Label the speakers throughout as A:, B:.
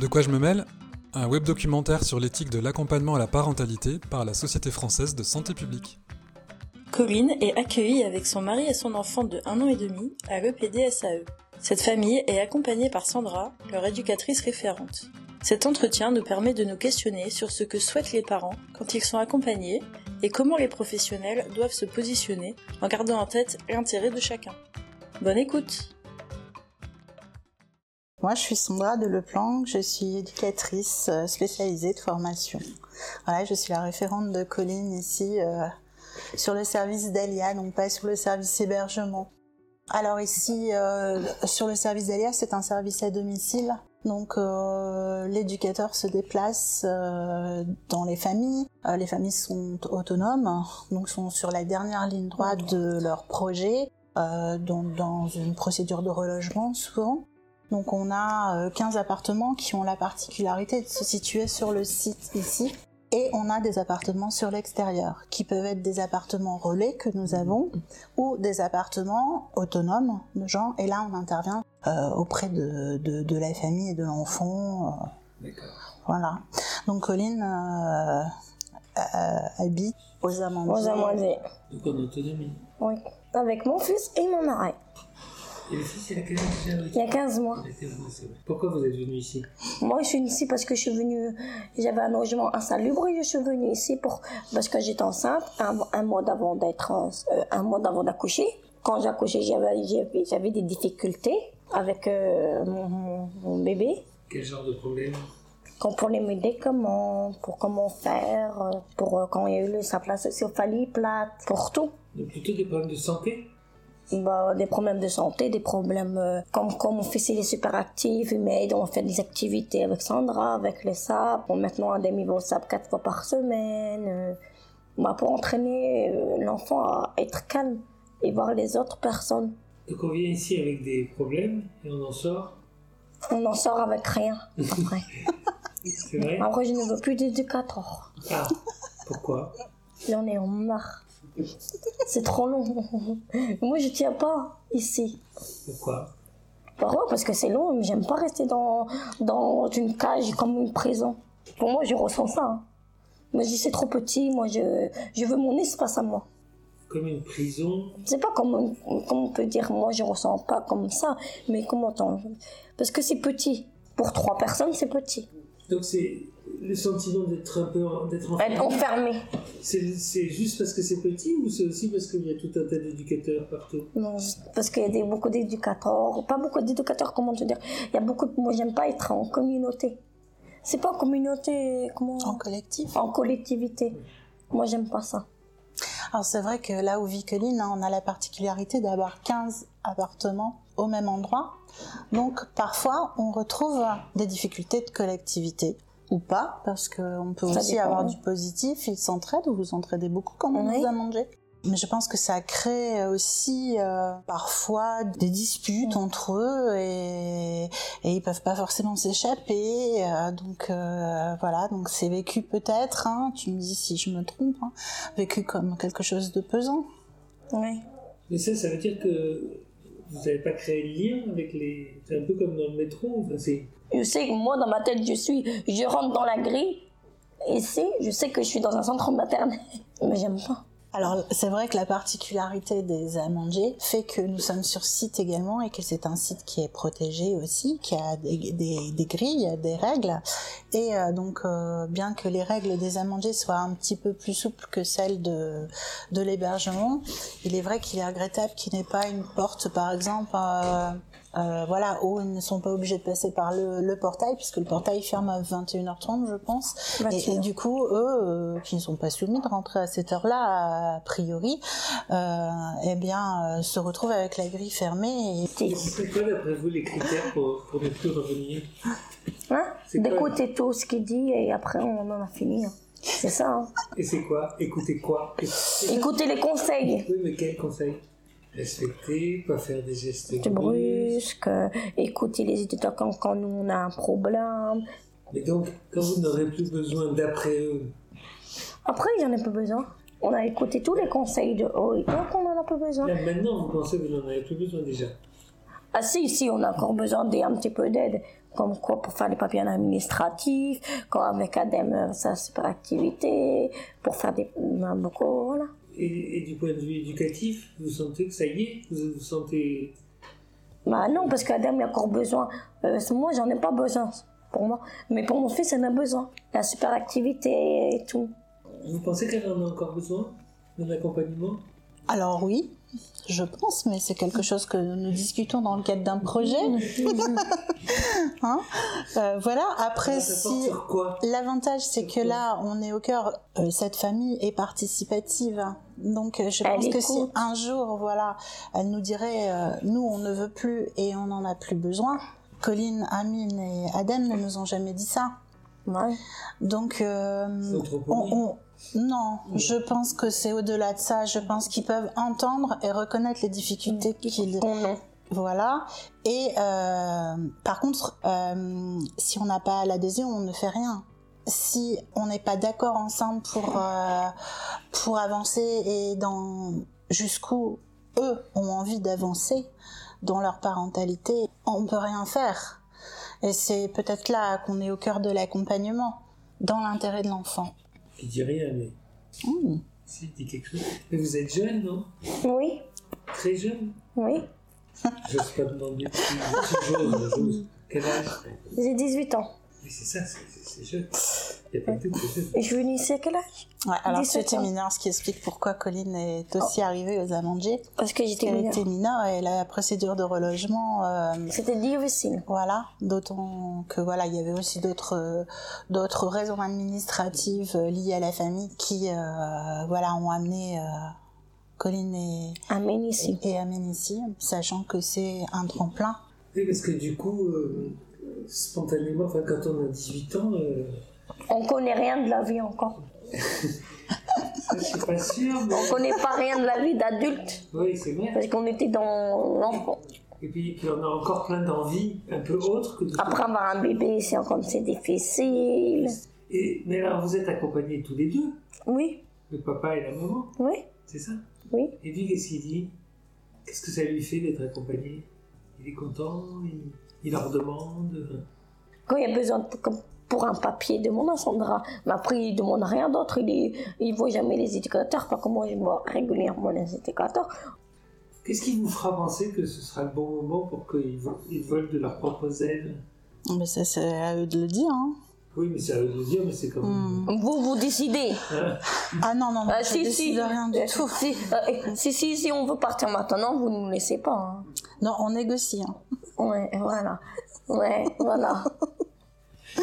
A: De quoi je me mêle Un web documentaire sur l'éthique de l'accompagnement à la parentalité par la Société française de santé publique.
B: Corinne est accueillie avec son mari et son enfant de 1 an et demi à l'EPD-SAE. E. Cette famille est accompagnée par Sandra, leur éducatrice référente. Cet entretien nous permet de nous questionner sur ce que souhaitent les parents quand ils sont accompagnés et comment les professionnels doivent se positionner en gardant en tête l'intérêt de chacun. Bonne écoute
C: Moi, je suis Sandra de Leplanque, je suis éducatrice euh, spécialisée de formation. Voilà, je suis la référente de Colline ici euh, sur le service d'Alia, donc pas sur le service hébergement. Alors ici, euh, sur le service d'Alia, c'est un service à domicile. Donc euh, l'éducateur se déplace euh, dans les familles. Euh, les familles sont autonomes, donc sont sur la dernière ligne droite de leur projet, euh, dans, dans une procédure de relogement souvent. Donc on a euh, 15 appartements qui ont la particularité de se situer sur le site ici. Et on a des appartements sur l'extérieur, qui peuvent être des appartements relais que nous avons, ou des appartements autonomes de gens. Et là, on intervient euh, auprès de, de, de la famille et de l'enfant. euh, voilà. Donc Colline euh, euh, habite aux Amandiers.
D: Aux Amoisés.
E: Donc en autonomie.
D: Oui. Avec mon fils et mon arrêt.
E: Et le fils, il a quel âge déjà
D: Il y a 15 mois.
E: Il a 15 ans, c'est vrai. Pourquoi vous êtes venu ici
D: Moi, je suis ici parce que je suis venue. J'avais un logement insalubre et je suis venue ici pour, parce que j'étais enceinte un, un mois d'avant d'être en- euh, un mois d'avant d'accoucher. Quand j'ai accouché, j'avais, j'avais, j'avais des difficultés avec euh, mon, mon- mon bébé.
E: Quel genre de problème
D: Quand pour les médicaments, pour comment faire, euh, pour euh, quand il y a eu le, sa place plate, pour tout.
E: Donc plutôt des problèmes de santé
D: Bah, des problèmes de santé, des problèmes euh, comme, comme mon fils il est super actif, mais on fait des activités avec Sandra, avec les SAP. Bon, maintenant, à des niveaux SAP quatre fois par semaine. euh, bah, pour entraîner euh, l'enfant à être calme et voir les autres personnes.
E: Donc on vient ici avec des problèmes et on en sort.
D: On en sort avec rien après.
E: C'est vrai
D: Après, je ne veux plus d'éducateur.
E: Ah Pourquoi
D: J'en ai marre. C'est trop long. Moi, je tiens pas ici.
E: Pourquoi
D: Pourquoi Bah Parce que c'est long, mais j'aime pas rester dans, dans une cage comme une prison. Pour moi, je ressens ça. hein. Mais je- c'est trop petit, moi je, je veux mon espace à moi.
E: Comme une prison.
D: C'est pas comme, comme on peut dire, moi je ressens pas comme ça, mais comment on Parce que c'est petit. Pour trois personnes, c'est petit.
E: Donc c'est le sentiment d'être un peu en- d'être
D: Être
E: enfermé.
D: enfermé.
E: C'est c'est juste parce que c'est petit ou c'est aussi parce qu'il y a tout un tas d'éducateurs partout
D: Non, parce qu'il y a des- beaucoup d'éducateurs, pas beaucoup d'éducateurs, comment te dire. Il y a beaucoup. de- Moi j'aime pas être en communauté. C'est pas en communauté, comment
C: En collectif.
D: En collectivité. Moi j'aime pas ça.
C: Alors c'est vrai que là où vit Colline, hein, on a la particularité d'avoir 15 appartements au même endroit. Donc parfois, on retrouve des difficultés de collectivité ou pas, parce qu'on peut
D: Ça
C: aussi
D: dépend,
C: avoir
D: oui.
C: du positif, ils s'entraident, vous vous entraidez beaucoup quand on
D: Oui.
C: vous a mangé. Mais je pense que ça crée aussi euh, parfois des disputes entre eux et, et ils peuvent pas forcément s'échapper. euh, donc euh, voilà, donc c'est vécu peut-être, hein, tu me dis si je me trompe, hein, vécu comme quelque chose de pesant.
D: Oui.
E: Mais ça, ça veut dire que vous n'avez pas créé de lien avec les. C'est un peu comme dans le métro. Enfin, c'est
D: Je sais que moi, dans ma tête, je suis. Je rentre dans la grille. Ici, je sais que je suis dans un centre maternel. Mais j'aime pas.
C: Alors c'est vrai que la particularité des Amangers fait que nous sommes sur site également et que c'est un site qui est protégé aussi, qui a des, des- des grilles, des règles. Et euh, donc euh, bien que les règles des Amangers soient un petit peu plus souples que celles de, de l'hébergement, il est vrai qu'il est regrettable qu'il n'ait pas une porte par exemple. euh, euh, voilà, où ils ne sont pas obligés de passer par le, le portail, puisque le portail ferme à 21h30, je pense.
D: Bah,
C: Et, et du coup, eux, euh, qui ne sont pas soumis de rentrer à cette heure-là, a priori, euh, eh bien, euh, se retrouvent avec la grille fermée. Et...
D: C'est-
E: c'est quoi, d'après vous, les critères pour, pour ne plus revenir
D: Hein
E: C'est quoi
D: D'écouter tout ce qu'il dit et après, on en a fini. hein. C'est ça. hein.
E: Et c'est quoi Écoutez quoi
D: Écouter les conseils.
E: Oui, mais quel conseil Respecter, pas faire des gestes
D: Tu brusques, euh, écouter les éditeurs quand, quand nous on a un problème.
E: Mais donc, quand vous n'aurez plus besoin d'après eux,
D: Après, il y en a pas besoin. On a écouté tous les conseils de haut, donc on en a pas besoin.
E: là maintenant vous pensez que vous n'en avez plus besoin déjà.
D: Ah si, si, on a encore besoin d'un petit peu d'aide, comme quoi pour faire les papiers administratifs, quand avec euh, ADEME, sa superactivité, pour faire des... ben, beaucoup, voilà.
E: Et, et du point de vue éducatif, vous sentez que ça y est Vous vous sentez.
D: Bah non, parce qu'Adam, il y a encore besoin. Euh, moi, j'en ai pas besoin, pour moi. Mais pour mon fils, il en a besoin. La superactivité et tout.
E: Vous pensez qu'elle en a encore besoin d'un accompagnement
C: Alors oui, je pense, mais c'est quelque chose que nous discutons dans le cadre d'un projet. Hein Euh, voilà, après
E: Ça
C: si...
E: porte sur quoi
C: L'avantage, c'est que là, on est au cœur. euh, cette famille est participative. Donc, euh, je
D: Elle
C: pense que si
D: écoute.
C: un jour, voilà, elle nous dirait, euh, nous, on ne veut plus et on n'en a plus besoin. Colline, Amine et Adem ne nous ont jamais dit ça.
D: Ouais.
C: Donc, euh,
E: C'est trop
C: on-
E: poli.
C: on- non, je pense que c'est au-delà de ça. Je pense qu'ils peuvent entendre et reconnaître les difficultés qu'ils
D: Bon, non.
C: voilà. Et euh, par contre, euh, si on n'a pas l'adhésion, on ne fait rien. Si on n'est pas d'accord ensemble pour, euh, pour avancer et dans jusqu'où eux ont envie d'avancer dans leur parentalité, on ne peut rien faire. Et c'est peut-être là qu'on est au cœur de l'accompagnement, dans l'intérêt de l'enfant.
E: Qui dit rien, mais.
C: Mmh.
E: Si, dit quelque chose. Mais vous êtes jeune, non
D: Oui,
E: Très jeune
D: oui.
E: J'ose pas demander si j'ose, j'ose. Quel âge
D: J'ai 18 ans.
E: Mais c'est ça, c'est- c'est c'est jeune. Il n'y a pas de doute, c'est jeune.
D: Et je venais ici à quel âge
C: Ouais, alors
D: 17
C: c'était
D: ans.
C: mineur, ce qui explique pourquoi Colline est aussi arrivée aux Amandiers.
D: Parce que j'étais
C: Elle
D: mineure.
C: était mineure et la procédure de relogement, euh,
D: C'était difficile.
C: voilà, d'autant que voilà, il y avait aussi d'autres euh, d'autres raisons administratives euh, liées à la famille qui euh, voilà ont amené euh, Colline et,
D: Amène ici.
C: et Amine ici, sachant que c'est un tremplin.
E: Oui, parce que du coup, euh, spontanément, enfin, quand on a 18 ans, euh,
D: On connaît rien de la vie encore.
E: ça, ah, je suis pas sûr.
D: On
E: Mais...
D: connaît pas rien de la vie d'adulte.
E: Oui, c'est vrai.
D: Parce qu'on était dans l'enfant.
E: Et puis, puis on a encore plein d'envies un peu autres que de...
D: Après avoir un bébé, c'est encore c'est difficile.
E: Et, mais alors, vous êtes accompagnés tous les deux,
D: Oui,
E: le papa et la maman,
D: oui,
E: c'est ça
D: oui.
E: Et lui, qu'est-ce qu'il dit Qu'est-ce que ça lui fait d'être accompagné Il est content Il, il leur demande
D: Quand il y a besoin de- comme pour un papier, il demande à Sandra. Mais après, il demande rien d'autre. Il est- il voit jamais les éducateurs. Pas comme moi, je vois régulièrement les éducateurs.
E: Qu'est-ce qui vous fera penser que ce sera le bon moment pour qu'ils vo- ils volent de leurs propres ailes
C: Mais ça c'est à eux de le dire. Hein.
E: Oui, mais c'est à eux de le dire, mais c'est comme...
C: Hmm.
D: Vous, vous décidez.
C: Ah non non, moi,
D: Ah,
C: je décide rien du
D: Euh,
C: tout.
D: Si, euh, si, si, si on veut partir maintenant, vous ne nous laissez pas. hein.
C: Non, on négocie. hein.
D: Ouais, voilà. Ouais, voilà.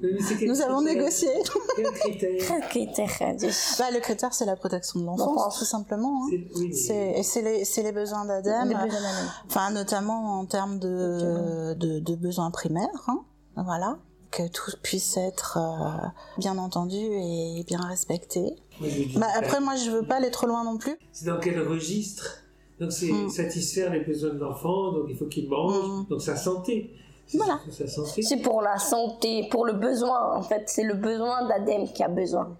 E: Mais- mais c'est quel
C: Nous avons
E: critère
C: négocié.
E: Quel critère
D: Ok, t'es radis.
C: Bah, le critère c'est la protection de l'enfance
D: L'enfance.
C: tout simplement. hein.
E: C'est- oui, mais-
C: C'est et c'est les c'est les besoins
D: Les
C: d'Adam. euh,
D: besoins d'un homme.
C: Enfin, notamment en termes de, de, de besoins primaires, hein, voilà, que tout puisse être euh, bien entendu et bien respecté.
E: Moi, je dis-
C: Bah, après, moi, je veux pas aller trop loin non plus.
E: C'est dans quel registre Donc c'est
C: Mm.
E: satisfaire les besoins de l'enfant, donc il faut qu'il mange, donc sa santé. C'est
C: Hmm. Voilà.
E: surtout Sa santé.
D: C'est pour la santé, pour le besoin. En fait, c'est le besoin d'ADEME qui a besoin.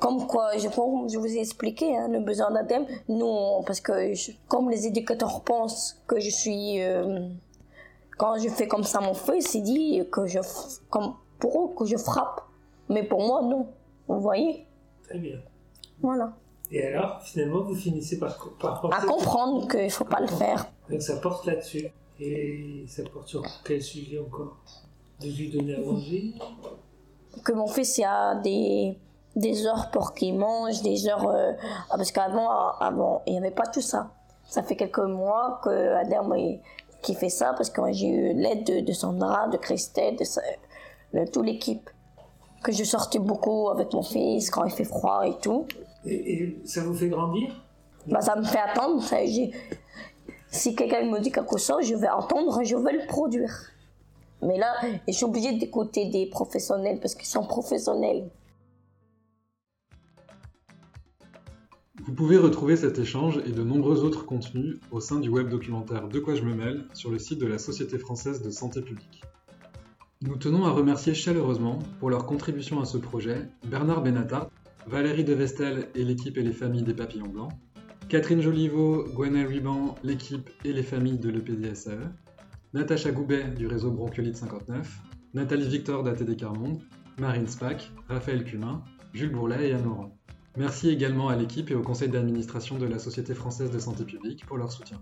D: Comme quoi, je, comme je vous ai expliqué, hein, le besoin d'ADEME, nous, on- parce que je- comme les éducateurs pensent que je suis... euh, quand je fais comme ça mon fils, il dit que je... f- Comme pour eux, que je frappe. Mais pour moi, non. Vous voyez
E: Très bien.
D: Voilà.
E: Et alors, finalement, vous finissez par, co- par
D: À
E: porter-
D: comprendre qu'il ne faut pas le faire.
E: Donc ça porte là-dessus. Et ça porte sur quel sujet encore De lui donner à manger
D: que mon fils il y a des des heures pour qu'il mange, des heures euh, ah, parce qu'avant ah, avant il n'y avait pas tout ça. Ça fait quelques mois que Adam il- qui fait ça parce que moi, j'ai eu l'aide de, de Sandra, de Christelle, de, sa- de toute l'équipe que je sortais beaucoup avec mon fils quand il fait froid et tout.
E: et, et ça vous fait grandir
D: Bah, ça me fait attendre. ça, j'ai- si quelqu'un me dit quelque chose, je vais entendre, je vais le produire. Mais là, je suis obligée d'écouter des professionnels parce qu'ils sont professionnels.
A: Vous pouvez retrouver cet échange et de nombreux autres contenus au sein du web documentaire De quoi je me mêle sur le site de la Société française de santé publique. Nous tenons à remercier chaleureusement pour leur contribution à ce projet Bernard Benatar, Valérie Devestel et l'équipe et les familles des Papillons Blancs, Catherine Joliveau, Gwenaël Ruban, l'équipe et les familles de l'EPDSAE, Natacha Goubet du réseau Bronchiolite 59, Nathalie Victor d'ATD Carmonde, Marine Spack, Raphaël Cumin, Jules Bourlet et Anne Laurent. Merci également à l'équipe et au conseil d'administration de la Société française de santé publique pour leur soutien.